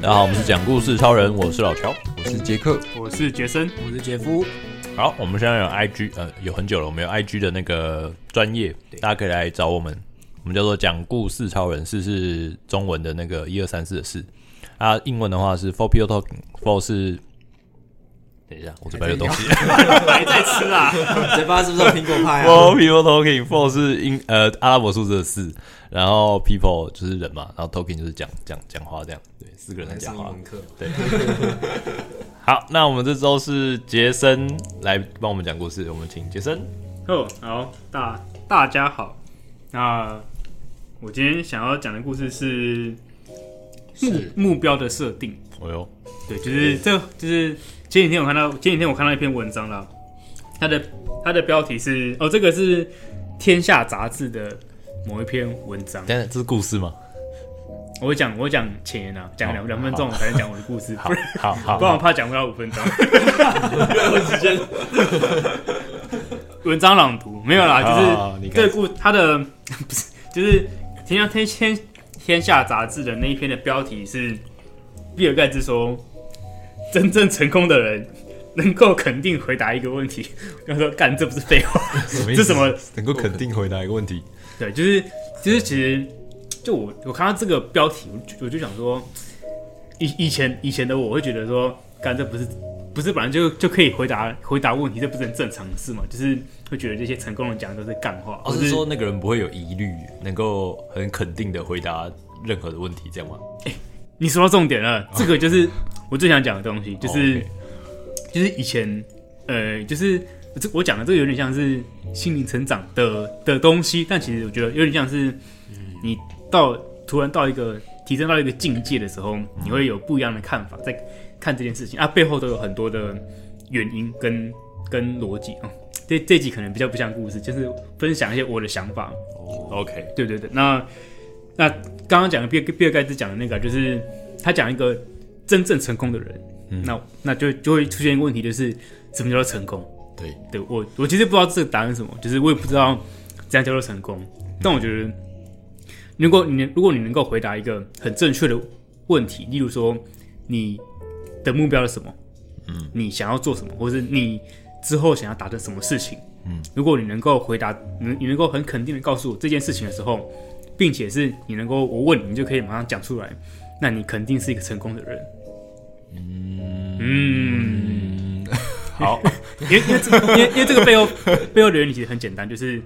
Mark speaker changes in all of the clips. Speaker 1: 大家好，我们是讲故事超人，我是老乔。
Speaker 2: 我是杰克，
Speaker 3: 我是杰森，
Speaker 4: 我是杰夫，
Speaker 1: 好，我们现在有 IG，呃，有很久了，我们有 IG 的那个专业，大家可以来找我们。我们叫做讲故事超人，四是中文的那个一二三四的四啊，英文的话是 Four People Talking，Four 是。等一下，我这边有东西。
Speaker 3: 还在吃 啊？
Speaker 4: 嘴巴是不是有苹果派啊？
Speaker 1: Four people talking, four 是英呃阿拉伯数字的四，然后 people 就是人嘛，然后 talking 就是讲讲讲话这样，对，四个人在讲
Speaker 4: 上英
Speaker 1: 话。
Speaker 4: 文课，
Speaker 1: 好，那我们这周是杰森来帮我们讲故事，我们请杰森。
Speaker 3: 哦，好，大大家好。那我今天想要讲的故事是目目标的设定。
Speaker 1: 哦呦，
Speaker 3: 对，就是这，就是前几天我看到，前几天我看到一篇文章啦，它的它的标题是哦，这个是《天下》杂志的某一篇文章。
Speaker 1: 等一下这是故事吗？
Speaker 3: 我会讲，我会讲前言啊，讲两两分钟我才能讲我的故事，
Speaker 1: 好
Speaker 3: 不然
Speaker 1: 好好
Speaker 3: 不然我怕讲不到 五分钟。文章朗读没有啦，
Speaker 1: 好好好
Speaker 3: 就
Speaker 1: 你
Speaker 3: 是
Speaker 1: 开始
Speaker 3: 这个故他的 不是就是《天下天天天下》杂志的那一篇的标题是比尔盖茨说，真正成功的人能够肯定回答一个问题。他说干，这不是废话。
Speaker 2: 什
Speaker 3: 意思这什么
Speaker 2: 能够肯定回答一个问题？
Speaker 3: 对，就是就是其实就我我看到这个标题，我就我就想说，以以前以前的我会觉得说，干这不是不是本来就就可以回答回答问题，这不是很正常的事嘛？就是会觉得这些成功人讲的都是干话，
Speaker 1: 哦，
Speaker 3: 或
Speaker 1: 是说那个人不会有疑虑，能够很肯定的回答任何的问题，这样吗？
Speaker 3: 你说到重点了，这个就是我最想讲的东西，就是、
Speaker 1: OK
Speaker 3: 就是以前呃，就是这我讲的这个有点像是心灵成长的的东西，但其实我觉得有点像是你到突然到一个提升到一个境界的时候，你会有不一样的看法，在看这件事情啊，背后都有很多的原因跟跟逻辑啊。嗯这这集可能比较不像故事，就是分享一些我的想法。
Speaker 2: 哦
Speaker 1: OK，
Speaker 3: 对对对，那那刚刚讲的比尔比尔盖茨讲的那个，啊就是他讲一个真正成功的人，那那就就会出现一个问题，就是什么叫做成功？
Speaker 1: 对，
Speaker 3: 对我我其实不知道这个答案是什么，就是我也不知道怎样叫做成功，但我觉得如果你能如果你能够回答一个很正确的问题，例如说你的目标是什么，嗯，你想要做什么，或是你之后想要达成什么事情，嗯，如果你能够回答，嗯你你能够很肯定的告诉我这件事情的时候，并且是你能够我问你，你就可以马上讲出来，那你肯定是一个成功的人。嗯，
Speaker 1: 好，
Speaker 3: 因为因为这因为因为这个背后背后的原理其实很简单，就是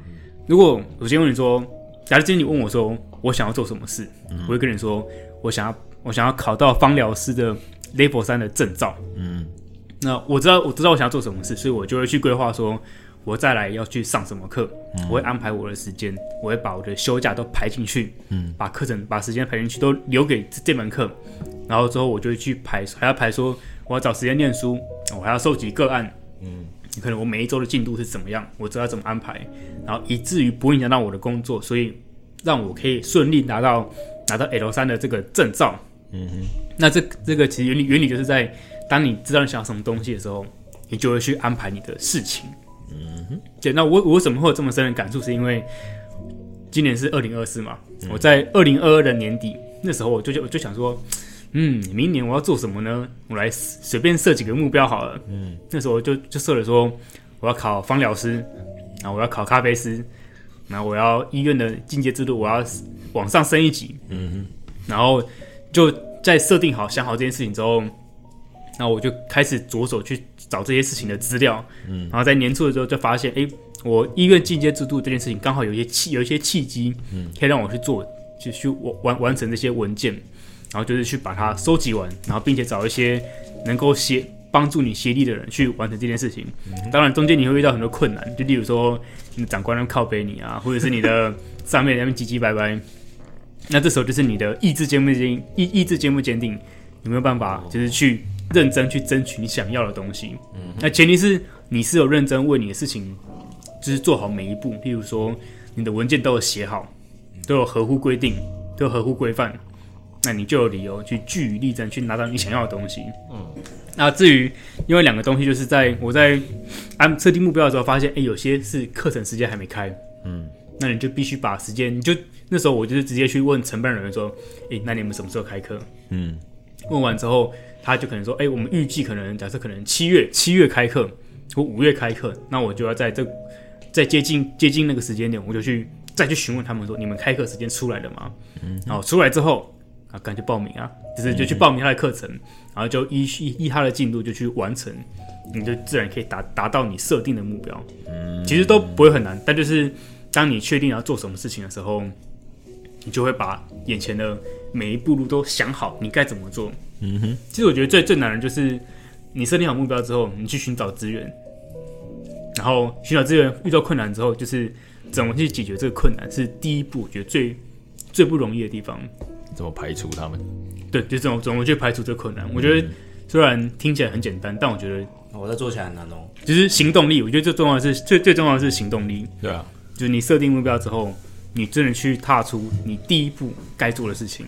Speaker 3: 如果我先问你说，假如今天你问我说我想要做什么事，我会跟你说我想要我想要考到芳疗师的 Level 三的证照，嗯，那我知道我知道我想要做什么事，所以我就会去规划说。我再来要去上什么课，我会安排我的时间，我会把我的休假都排进去，嗯，把课程把时间排进去，都留给这这门课，然后之后我就会去排，还要排说我要找时间念书，我还要收集个案，可能我每一周的进度是怎么样，我知道怎么安排，然后以至于不会影响到我的工作，所以让我可以顺利拿到拿到 L 三的这个证照。嗯哼，那这这个其实原理原理就是在当你知道你想要什么东西的时候，你就会去安排你的事情。嗯哼，对。那我我为什么会有这么深的感触，是因为今年是二零二四嘛，我在二零二二的年底那时候我就就我就想说。嗯，明年我要做什么呢？我来随便设几个目标好了。嗯，那时候就就设了说，我要考芳疗师，然后我要考咖啡师，然后我要医院的进阶制度，我要往上升一级。嗯然后就在设定好、想好这件事情之后，那我就开始着手去找这些事情的资料。嗯，然后在年初的时候就发现，哎、我医院进阶制度这件事情刚好有一些契有一些契机，嗯，可以让我去做，就去完完完成这些文件。然后就是去把它收集完，然后并且找一些能够协帮助你协力的人去完成这件事情。当然，中间你会遇到很多困难，就例如说你的长官要靠背你啊， 或者是你的上面在那边唧唧歪歪。那这时候就是你的意志坚不坚定，意意志坚不坚定，有没有办法就是去认真去争取你想要的东西？那前提是你是有认真为你的事情，就是做好每一步。例如说，你的文件都有写好，都有合乎规定，都有合乎规范，那你就有理由去据理力争，去拿到你想要的东西。嗯， 那至于另外两个东西，就是在我在安设定目标的时候，发现哎、诶有些是课程时间还没开，嗯，那你就必须把时间，你就那时候我就是直接去问承办人员说，诶、哎那你们什么时候开课？
Speaker 1: 嗯，
Speaker 3: 问完之后，他就可能说，哎诶、我们预计可能假设可能七月七月开课或五月开课，那我就要在这在接近接近那个时间点，我就去再去询问他们说，你们开课时间出来了吗？嗯，然后出来之后啊，赶紧报名啊，就是就去报名他的课程，然后就依依依他的进度就去完成，你就自然可以达达到你设定的目标。嗯，其实都不会很难，但就是当你确定要做什么事情的时候，你就会把眼前的每一步路都想好，你该怎么做。
Speaker 1: 嗯哼，
Speaker 3: 其实我觉得最最难的就是你设定好目标之后，你去寻找资源，然后寻找资源遇到困难之后，就是怎么去解决这个困难是第一步，我觉得最最不容易的地方。
Speaker 2: 怎么排除他们？
Speaker 3: 对，就怎么怎么去排除这个困难。我觉得虽然听起来很简单，但我觉得
Speaker 4: 我在做起来很难哦。
Speaker 3: 就是行动力，我觉得最重要的是最最重要的是行动力，
Speaker 2: 对啊，
Speaker 3: 就是你设定目标之后，你真的去踏出你第一步该做的事情。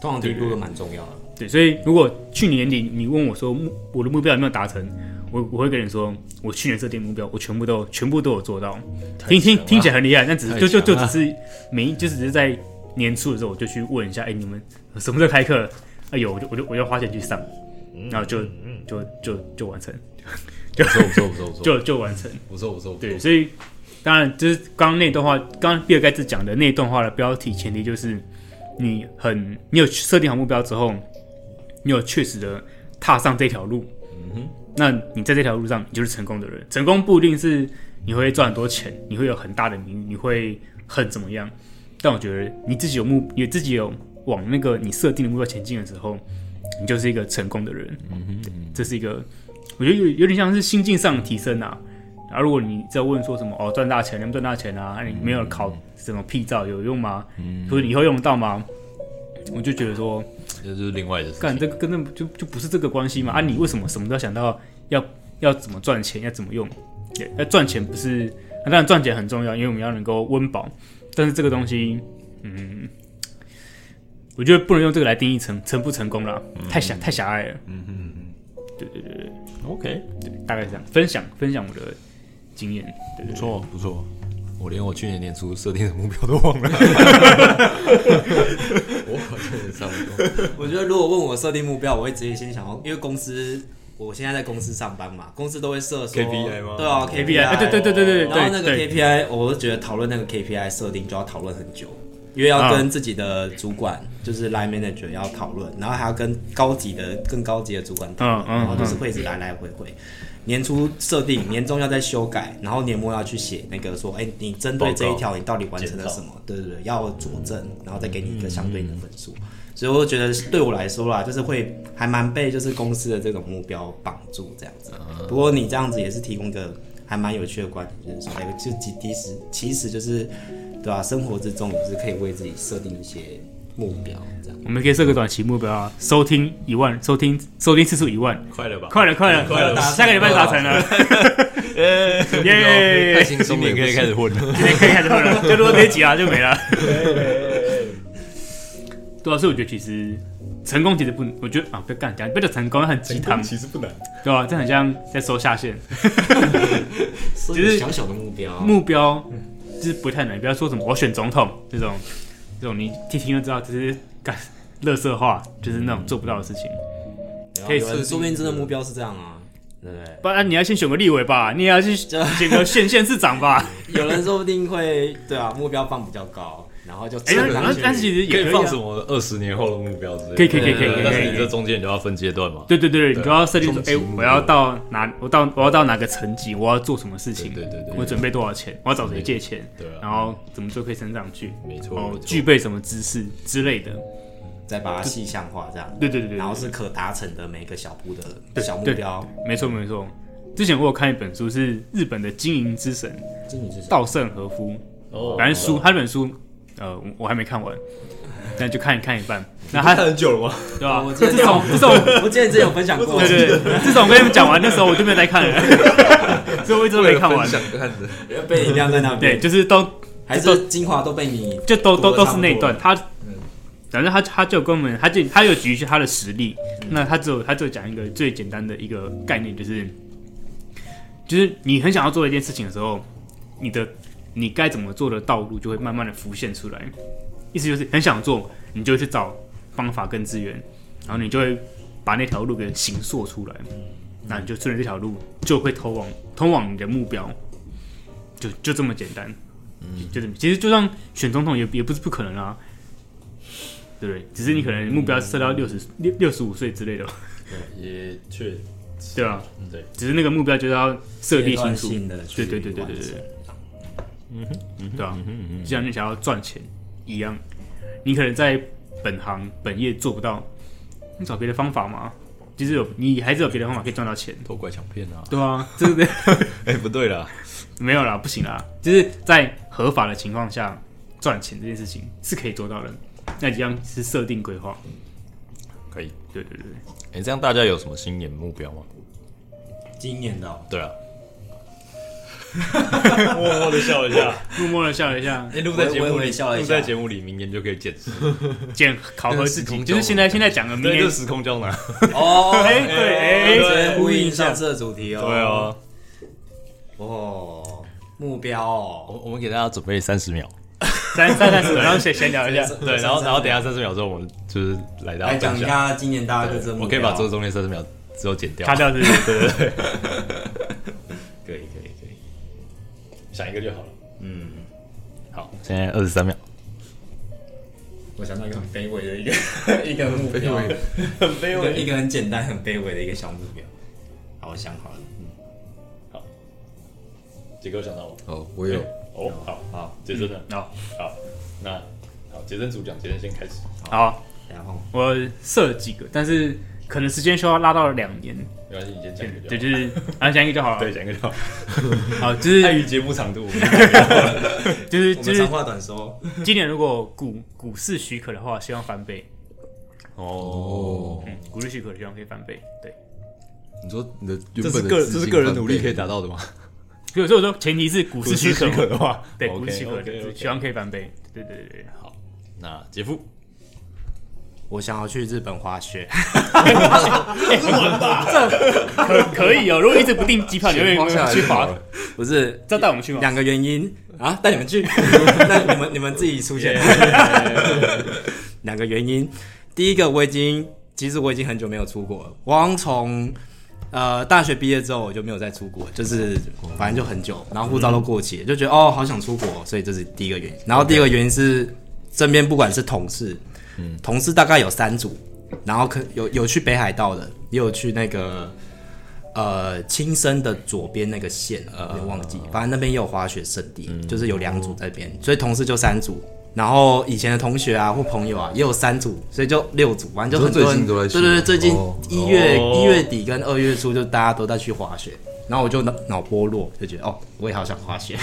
Speaker 4: 通常第一步都蛮重要的，
Speaker 3: 对，所以如果去年年底你问我说目我的目标有没有达成，我我会跟你说，我去年设定目标，我全部都全部都有做到。听听听起来很厉害，但只是就就就只是每一就只是在年初的时候，我就去问一下，哎、你们什么时候开课？哎呦，我就我就我就花钱去上，然后就就就就完成，
Speaker 2: 不错不错不错不错
Speaker 3: 就就完成。
Speaker 2: 不错不错，
Speaker 3: 对，所以当然就是刚刚那段话，刚刚比尔盖茨讲的那段话的标题前提就是你很你有设定好目标之后，你有确实的踏上这条路，那你在这条路上你就是成功的人。成功不一定是你会赚很多钱，你会有很大的名誉，你会很怎么样，但我觉得你自己有目，你自己有往那个你设定的目标前进的时候，你就是一个成功的人。这是一个，我觉得有有点像是心境上的提升啊。啊，如果你在问说什么哦赚大钱能不能赚大钱啊，啊你没有考什么屁照有用吗？或者以后用得到吗？我就觉得说，
Speaker 2: 啊
Speaker 1: 这就是另外的事
Speaker 3: 干
Speaker 1: 情。
Speaker 3: 这个根本就就不是这个关系嘛啊！你为什么什么都要想到要要怎么赚钱，要怎么用？也要赚钱不是，啊当然赚钱很重要，因为我们要能够温饱。但是这个东西，嗯，我觉得不能用这个来定义成成不成功啦，太狭太狭隘了。嗯嗯嗯，对对对对
Speaker 1: OK，
Speaker 3: 对，大概是这样。分享分享我的经验，对对
Speaker 2: 不
Speaker 3: 对
Speaker 2: 错不错。我连我去年年初设定的目标都忘了，我好像也差不多。
Speaker 4: 我觉得如果问我设定目标，我会直接先想要，因为公司我现在在公司上班嘛，公司都会设说
Speaker 2: KPI 吗
Speaker 4: 对啊
Speaker 3: ，KPI，哎对对对对对对，
Speaker 4: 然后那个
Speaker 3: 对
Speaker 4: KPI，我就觉得讨论那个 KPI 设定就要讨论很久，因为要跟自己的主管，就是 line manager 要讨论，然后还要跟高级的、更高级的主管讨论，
Speaker 3: 嗯嗯
Speaker 4: 然后就是会一直来来回回。年初设定，年终要再修改，然后年末要去写那个说，哎、你针对这一条你到底完成了什么？对对对，要佐证，然后再给你一个相对应的分数。所以我就觉得对我来说啦，就是会还蛮被就是公司的这种目标绑住这样子。
Speaker 3: 啊
Speaker 4: 不过你这样子也是提供一个还蛮有趣的观点，就是说，哎，就其其实其实就是对吧、生活之中也是可以为自己设定一些目标这样。
Speaker 3: 我们可以设个短期目标啊，收听一万，收听收听次数一万，
Speaker 1: 快了吧？
Speaker 3: 快了快了，呃
Speaker 1: 快了哎达
Speaker 3: 下个礼拜达成了，
Speaker 2: 太
Speaker 3: 耶！
Speaker 2: 轻松了，
Speaker 1: 今年可以开始
Speaker 2: 混 了。
Speaker 3: 今天可以开始录了，就录这一集啊，就没了。对啊，所以我觉得其实成功其实不，我觉得啊，不要干讲，不要讲成功，很鸡汤，
Speaker 2: 实不难，
Speaker 3: 对吧、啊？这很像在收下线，
Speaker 4: 设
Speaker 3: 定就是
Speaker 4: 小小的目标，
Speaker 3: 目标就是不太难，不要说什么我选总统这种，这种你听听就知道，就是干乐色话，就是那种做不到的事情。可以
Speaker 4: 有人
Speaker 3: 设
Speaker 4: 说不定真的目标是这样啊，对不对？
Speaker 3: 不然你要先选个立委吧，你也要去 选个县县市长吧。
Speaker 4: 有人说不定会对啊，目标放比较高，然后就
Speaker 3: 哎、那那 但是其实
Speaker 2: 可
Speaker 3: 也
Speaker 2: 以
Speaker 3: 可以、
Speaker 2: 放
Speaker 3: 啊
Speaker 2: 什。么二十年后的目标之类的。
Speaker 3: 可以可以可以可以可以
Speaker 2: 但
Speaker 3: 可
Speaker 2: 是
Speaker 3: 以
Speaker 2: 你这中间你就要分阶段嘛。
Speaker 3: 对对对，你就要设定说，哎、
Speaker 2: 终极目标
Speaker 3: 我要到哪，我到我要到哪个层级，我要做什么事情，
Speaker 2: 对对对对
Speaker 3: 我准备多少钱，我要找谁借钱，
Speaker 2: 对啊
Speaker 3: 然后怎么做可以升上去，
Speaker 2: 没错
Speaker 3: 然后
Speaker 2: 没错
Speaker 3: 具备什么知识之类的，
Speaker 4: 再把它细项化这样，
Speaker 3: 对对对对，
Speaker 4: 然后是可达成的每个小步的
Speaker 3: 对
Speaker 4: 小目
Speaker 3: 对
Speaker 4: 标。
Speaker 3: 没错没错。之前我有看一本书，是日本的经营之神
Speaker 4: 这你就是
Speaker 3: 稻盛和夫，
Speaker 1: 哦
Speaker 3: 反正书他那本书，呃，我我还没看完，但就看 看一 半。那
Speaker 2: 看
Speaker 3: 他
Speaker 2: 很久了吗？
Speaker 3: 对吧
Speaker 4: 我？记
Speaker 3: 自
Speaker 4: 得
Speaker 3: 从自从
Speaker 4: 我记得你之前有分享过，
Speaker 3: 对对对，自从我跟你们讲完那时候，我就没有再看了，所以我一直都没看完。
Speaker 2: 想看的。
Speaker 4: 被你晾在那
Speaker 3: 对，
Speaker 4: 边，
Speaker 3: 就是都
Speaker 4: 还是精华都被你
Speaker 3: 就都都
Speaker 4: 读得
Speaker 3: 都
Speaker 4: 差
Speaker 3: 是
Speaker 4: 不多嗯
Speaker 3: 那一段，他反正他他就跟我们，他就他有举一些他的实例，
Speaker 4: 嗯
Speaker 3: 那他只有他只有讲一个最简单的一个概念，就是就是你很想要做一件事情的时候，你的你该怎么做的道路就会慢慢的浮现出来。意思就是很想做，你就会去找方法跟资源，然后你就会把那条路给形塑出来，
Speaker 4: 嗯
Speaker 3: 那你就顺着这条路就会通往通往你的目标，就就这么简单。就这么，其实就算选总统也也不是不可能啊，对不对？只是你可能目标设到六十六六十五岁之类的吧，
Speaker 1: 也确
Speaker 3: 对啊，
Speaker 1: 对，
Speaker 3: 只是那个目标就是要设
Speaker 4: 阶
Speaker 3: 定
Speaker 4: 段
Speaker 3: 清楚，
Speaker 4: 性的去
Speaker 3: 对对对对对
Speaker 4: 完
Speaker 3: 对
Speaker 4: 成
Speaker 3: 对。对啊，就像你想要赚钱一样，你可能在本行本业做不到，你找别的方法嘛。其实有你还是有别的方法可以赚到钱。
Speaker 2: 偷拐抢骗啊！
Speaker 3: 对 啊，这个
Speaker 2: 哎、不对啦，
Speaker 3: 没有啦，不行啦，就是在合法的情况下赚钱这件事情是可以做到的。那一样是设定规划，
Speaker 1: 可以。
Speaker 3: 对对对对，
Speaker 1: 哎、这样大家有什么新年目标吗？
Speaker 4: 今年的哦
Speaker 1: 对啊，默默的笑一下。
Speaker 3: 默默的笑了一下，
Speaker 1: 哎、录在节目
Speaker 4: 微微
Speaker 1: 里
Speaker 4: 地笑了一
Speaker 1: 录
Speaker 4: 下
Speaker 1: 在节目里，明年就可以见识。
Speaker 3: 见考核自
Speaker 2: 时空
Speaker 3: 己，
Speaker 2: 胶
Speaker 3: 就是现在现在讲的明
Speaker 1: 对，
Speaker 3: 年
Speaker 1: 就时空胶囊。
Speaker 4: 哦，
Speaker 3: 哎对
Speaker 4: 直
Speaker 3: 哎
Speaker 4: 接
Speaker 3: 对
Speaker 4: 呼应上次的主题哦。
Speaker 1: 对啊，
Speaker 4: 哦，目标哦，
Speaker 1: 我我们给大家准备三十秒。
Speaker 3: 三三三十，然后闲闲聊一下，
Speaker 4: 对
Speaker 1: 对，然后
Speaker 4: 三十秒
Speaker 1: 然后等一下三十秒之后，我们就是来大
Speaker 4: 来
Speaker 1: 家
Speaker 4: 讲
Speaker 1: 分
Speaker 4: 一
Speaker 1: 享。
Speaker 4: 下今年大家各自的目标。
Speaker 1: 我可以把这中间三十秒之后剪掉
Speaker 3: 擦。掉是不是？
Speaker 4: 可以可以可以，
Speaker 1: 想一个就好了。
Speaker 4: 嗯，
Speaker 1: 好，现在二十三秒。
Speaker 4: 我想到一个很卑微的一 个一个目标，很卑微，一个很简单很卑微的一个小目标。好，我想好了，
Speaker 1: 杰哥想到我。
Speaker 2: 哦，我有，
Speaker 1: 哦，好
Speaker 4: 好，
Speaker 1: 杰森呢？
Speaker 3: 嗯好，
Speaker 1: 好，那好，杰森主讲，杰森先开始。
Speaker 3: 好，
Speaker 4: 然后
Speaker 3: 我设几个，但是可能时间需要拉到两年，
Speaker 1: 没关系，你先讲一个
Speaker 3: 对，
Speaker 1: 就好。
Speaker 3: 就是啊，讲一个就好了。
Speaker 1: 对，哎讲一个就好。
Speaker 3: 好，就
Speaker 1: 碍
Speaker 3: 是
Speaker 1: 于节目长度，
Speaker 3: 就是
Speaker 4: 我
Speaker 3: 就
Speaker 4: 们
Speaker 3: 是
Speaker 4: 长话短说，
Speaker 3: 今年如果股股市许可的话，希望翻倍。
Speaker 1: 哦，
Speaker 3: 嗯，股市许可希望可以翻倍。对，
Speaker 2: 你说你的
Speaker 1: 这
Speaker 2: 原
Speaker 1: 是
Speaker 2: 本的
Speaker 1: 个
Speaker 2: 资
Speaker 1: 这是
Speaker 2: 金
Speaker 1: 个人
Speaker 2: 翻
Speaker 1: 努力
Speaker 2: 倍
Speaker 1: 可以达到的吗？
Speaker 3: 所以所以我说前提是股市许可，
Speaker 1: 的话，
Speaker 3: 对，
Speaker 1: OK，
Speaker 3: 股市许可
Speaker 1: OK，OK
Speaker 3: 希望可以翻倍。对对对对，
Speaker 1: 好，那杰夫，
Speaker 4: 我想要去日本滑雪，
Speaker 3: 可可以哦。如果一直不订机票， 你
Speaker 2: 钱
Speaker 3: 会
Speaker 2: 花
Speaker 3: 不
Speaker 2: 下来
Speaker 3: 会去
Speaker 2: 就好
Speaker 3: 滑？
Speaker 2: 了
Speaker 4: 不是
Speaker 3: 这带我们去吗？
Speaker 4: 两个原因啊，带你们去， 那你们你们自己出现。 两个原因，第一个我已经，其实我已经很久没有出国了，我好像从呃大学毕业之后我就没有再出国，就是反正就很久，然后护照都过期了，就觉得哦好想出国，所以这是第一个原因。然后第二个原因是身边不管是同事，
Speaker 2: 嗯
Speaker 4: 同事大概有三组，然后可有有去北海道的，也有去那个。呃，青森的左边那个县，
Speaker 2: 呃
Speaker 4: 我忘记，反正那边也有滑雪圣地，
Speaker 2: 嗯
Speaker 4: 就是有两组在那边，所以同事就三组。然后以前的同学啊或朋友啊也有三组，所以就六组，反正就很多人。对
Speaker 2: 你说最近都在去
Speaker 4: 对对，最近
Speaker 2: 哦
Speaker 4: 一月
Speaker 1: 哦
Speaker 4: 一月底跟二月初就大家都在去滑雪，然后我就脑脑波落，就觉得哦，我也好想滑 雪。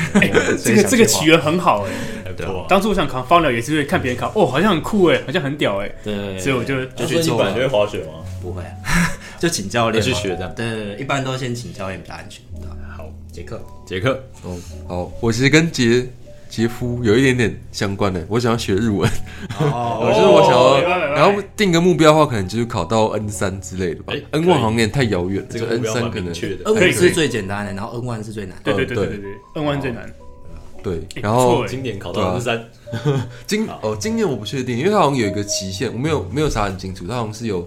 Speaker 3: 这个这个起源很好哎。
Speaker 1: 对啊，
Speaker 3: 当初我想考方疗也是因为看别人考，哦，好像很酷哎，好像很屌哎，
Speaker 4: 对，
Speaker 3: 所以我就
Speaker 4: 就去做
Speaker 1: 本来就会
Speaker 4: 了。
Speaker 1: 滑雪吗？
Speaker 4: 不会啊， 就请教
Speaker 1: 要
Speaker 4: 练
Speaker 1: 去
Speaker 4: 嘛
Speaker 1: 学这样
Speaker 4: 对对对，一般都先请教练比较安全。对吧
Speaker 1: 好，
Speaker 4: 杰克，
Speaker 1: 杰克，
Speaker 2: 哦，好，我其实跟杰杰夫有一点点相关的，我想要学 日文，
Speaker 4: 哦，
Speaker 2: 我就是我想
Speaker 3: 明白明
Speaker 2: 要，
Speaker 3: 白
Speaker 2: 然后定个目标的话，可能就是考到 N 三之类的吧
Speaker 1: 哎
Speaker 2: ，N
Speaker 1: 可以
Speaker 2: 1好像有点太遥远了，
Speaker 1: 这个目
Speaker 2: N
Speaker 1: 标
Speaker 2: 三
Speaker 1: 蛮
Speaker 2: 可
Speaker 1: 明
Speaker 2: 能
Speaker 1: 确的。
Speaker 4: N
Speaker 2: 可以
Speaker 4: 五是最简单的，然后 N one 是最难的。
Speaker 3: 对对对对
Speaker 2: 对
Speaker 3: 对对，摁弯最难。
Speaker 2: 对，
Speaker 3: 哎
Speaker 2: 然
Speaker 3: 不
Speaker 2: 后
Speaker 3: 错哎
Speaker 1: 经典考
Speaker 2: 对
Speaker 1: 到
Speaker 2: 啊
Speaker 1: 二十三，
Speaker 2: 今哦，今年我不确定，因为它好像有一个期限，我没有没有查很清楚，它好像是有，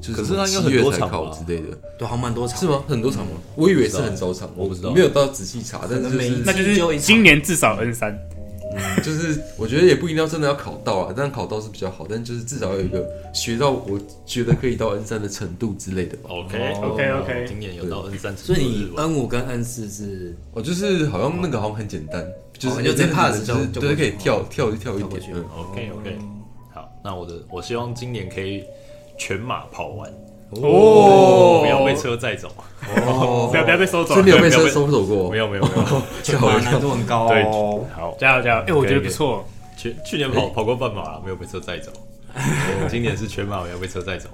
Speaker 2: 就是
Speaker 1: 嗯可是
Speaker 2: 什么
Speaker 1: 它应该
Speaker 2: 七
Speaker 1: 很
Speaker 2: 月
Speaker 1: 多
Speaker 2: 才
Speaker 1: 场
Speaker 2: 考
Speaker 1: 吧
Speaker 2: 之类的，
Speaker 4: 对，好像蛮多场
Speaker 2: 是。吗？很多场吗？我以为是很少场，
Speaker 1: 我不知道
Speaker 2: 没有到仔细查，但是就
Speaker 4: 每一
Speaker 2: 是
Speaker 3: 那就是今年至少 N 三，
Speaker 2: 就是我觉得也不一定要真的要考到啊，但考到是比较好，但就是至少要有一个学到我觉得可以到 N 三的程度之类的吧。
Speaker 1: OK
Speaker 3: OK，OK
Speaker 1: 今哦年有到 N 三，
Speaker 4: 所以你 N 五跟 N 四是
Speaker 2: 哦，就是好像那个好像很简单，就是
Speaker 4: 哦就直接 pass
Speaker 2: 就是
Speaker 4: 就
Speaker 2: 就是可以
Speaker 4: 就
Speaker 2: 跳跳一跳一
Speaker 4: 跳过去，
Speaker 2: 点嗯，
Speaker 1: OK OK，好，那我的我希望今年可以全马跑完，
Speaker 3: 哦
Speaker 1: 不要被车载走，
Speaker 3: 不要不要被收走
Speaker 2: 所以，你有被
Speaker 1: 没有
Speaker 2: 车
Speaker 1: 被
Speaker 2: 收走 过？
Speaker 1: 没，有没有没有，
Speaker 4: 全
Speaker 2: 啊
Speaker 4: 马难度很高哦。
Speaker 1: 好，
Speaker 3: 加油加油！哎，我觉得
Speaker 1: 可以
Speaker 3: 不错，
Speaker 1: 去去年跑跑过半马了，没有被车载走，今年是全马，没有被车载走，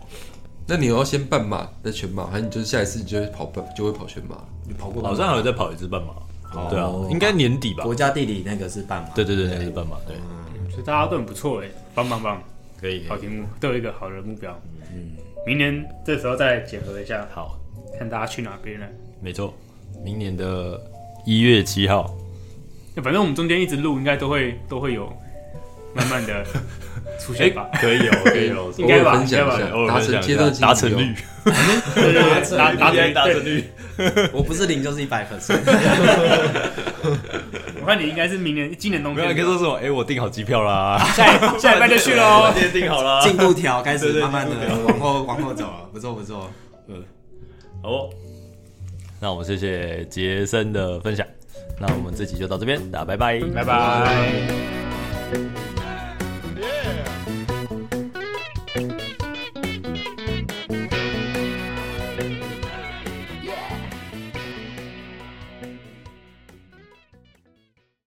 Speaker 2: 那你要先半马，再全马，还是你就是下一次你就会跑半，就会跑全马了？
Speaker 4: 你跑过
Speaker 1: 好
Speaker 4: 吗
Speaker 1: 像还有再跑一次半马，对啊，应该年底吧
Speaker 4: 国？家地理那个是半马，
Speaker 1: 对对对，那个是半马，对，
Speaker 3: 所以大家都很不错哎，棒棒棒！
Speaker 1: 可以，
Speaker 3: 好题目，都有一个好的目标。明年这时候再结合一下，
Speaker 1: 好，
Speaker 3: 看大家去哪边了。
Speaker 1: 没错，明年的一月七号，
Speaker 3: 反正我们中间一直录，应该都会都会有慢慢的出现 吧。
Speaker 1: 可以哦，可以 哦，
Speaker 3: 应该吧
Speaker 2: 偶尔分享一
Speaker 3: 应该
Speaker 1: 偶
Speaker 2: 下，
Speaker 1: 尔
Speaker 2: 达
Speaker 1: 分享
Speaker 2: 成
Speaker 1: 一下
Speaker 2: 阶段性
Speaker 1: 达成
Speaker 2: 目标
Speaker 1: 率，
Speaker 3: 对对对
Speaker 1: 达达
Speaker 3: 对
Speaker 1: 成达 成率，
Speaker 4: 我不是零就是一百 percent。
Speaker 3: 我看你应该是明年今年冬
Speaker 1: 没有你
Speaker 3: 天
Speaker 1: 可以说什么？哎，我订好机票啦，
Speaker 3: 下一 下礼拜就去喽
Speaker 1: 我。今天订好啦。
Speaker 4: 进度条开
Speaker 1: 啊对
Speaker 4: 始
Speaker 1: 对
Speaker 4: 慢慢
Speaker 1: 进
Speaker 4: 的往后往后走了，不错不错。
Speaker 1: 好、哦，那我们谢谢杰森的分享，那我们这集就到这边，大家拜拜，拜
Speaker 3: 拜拜。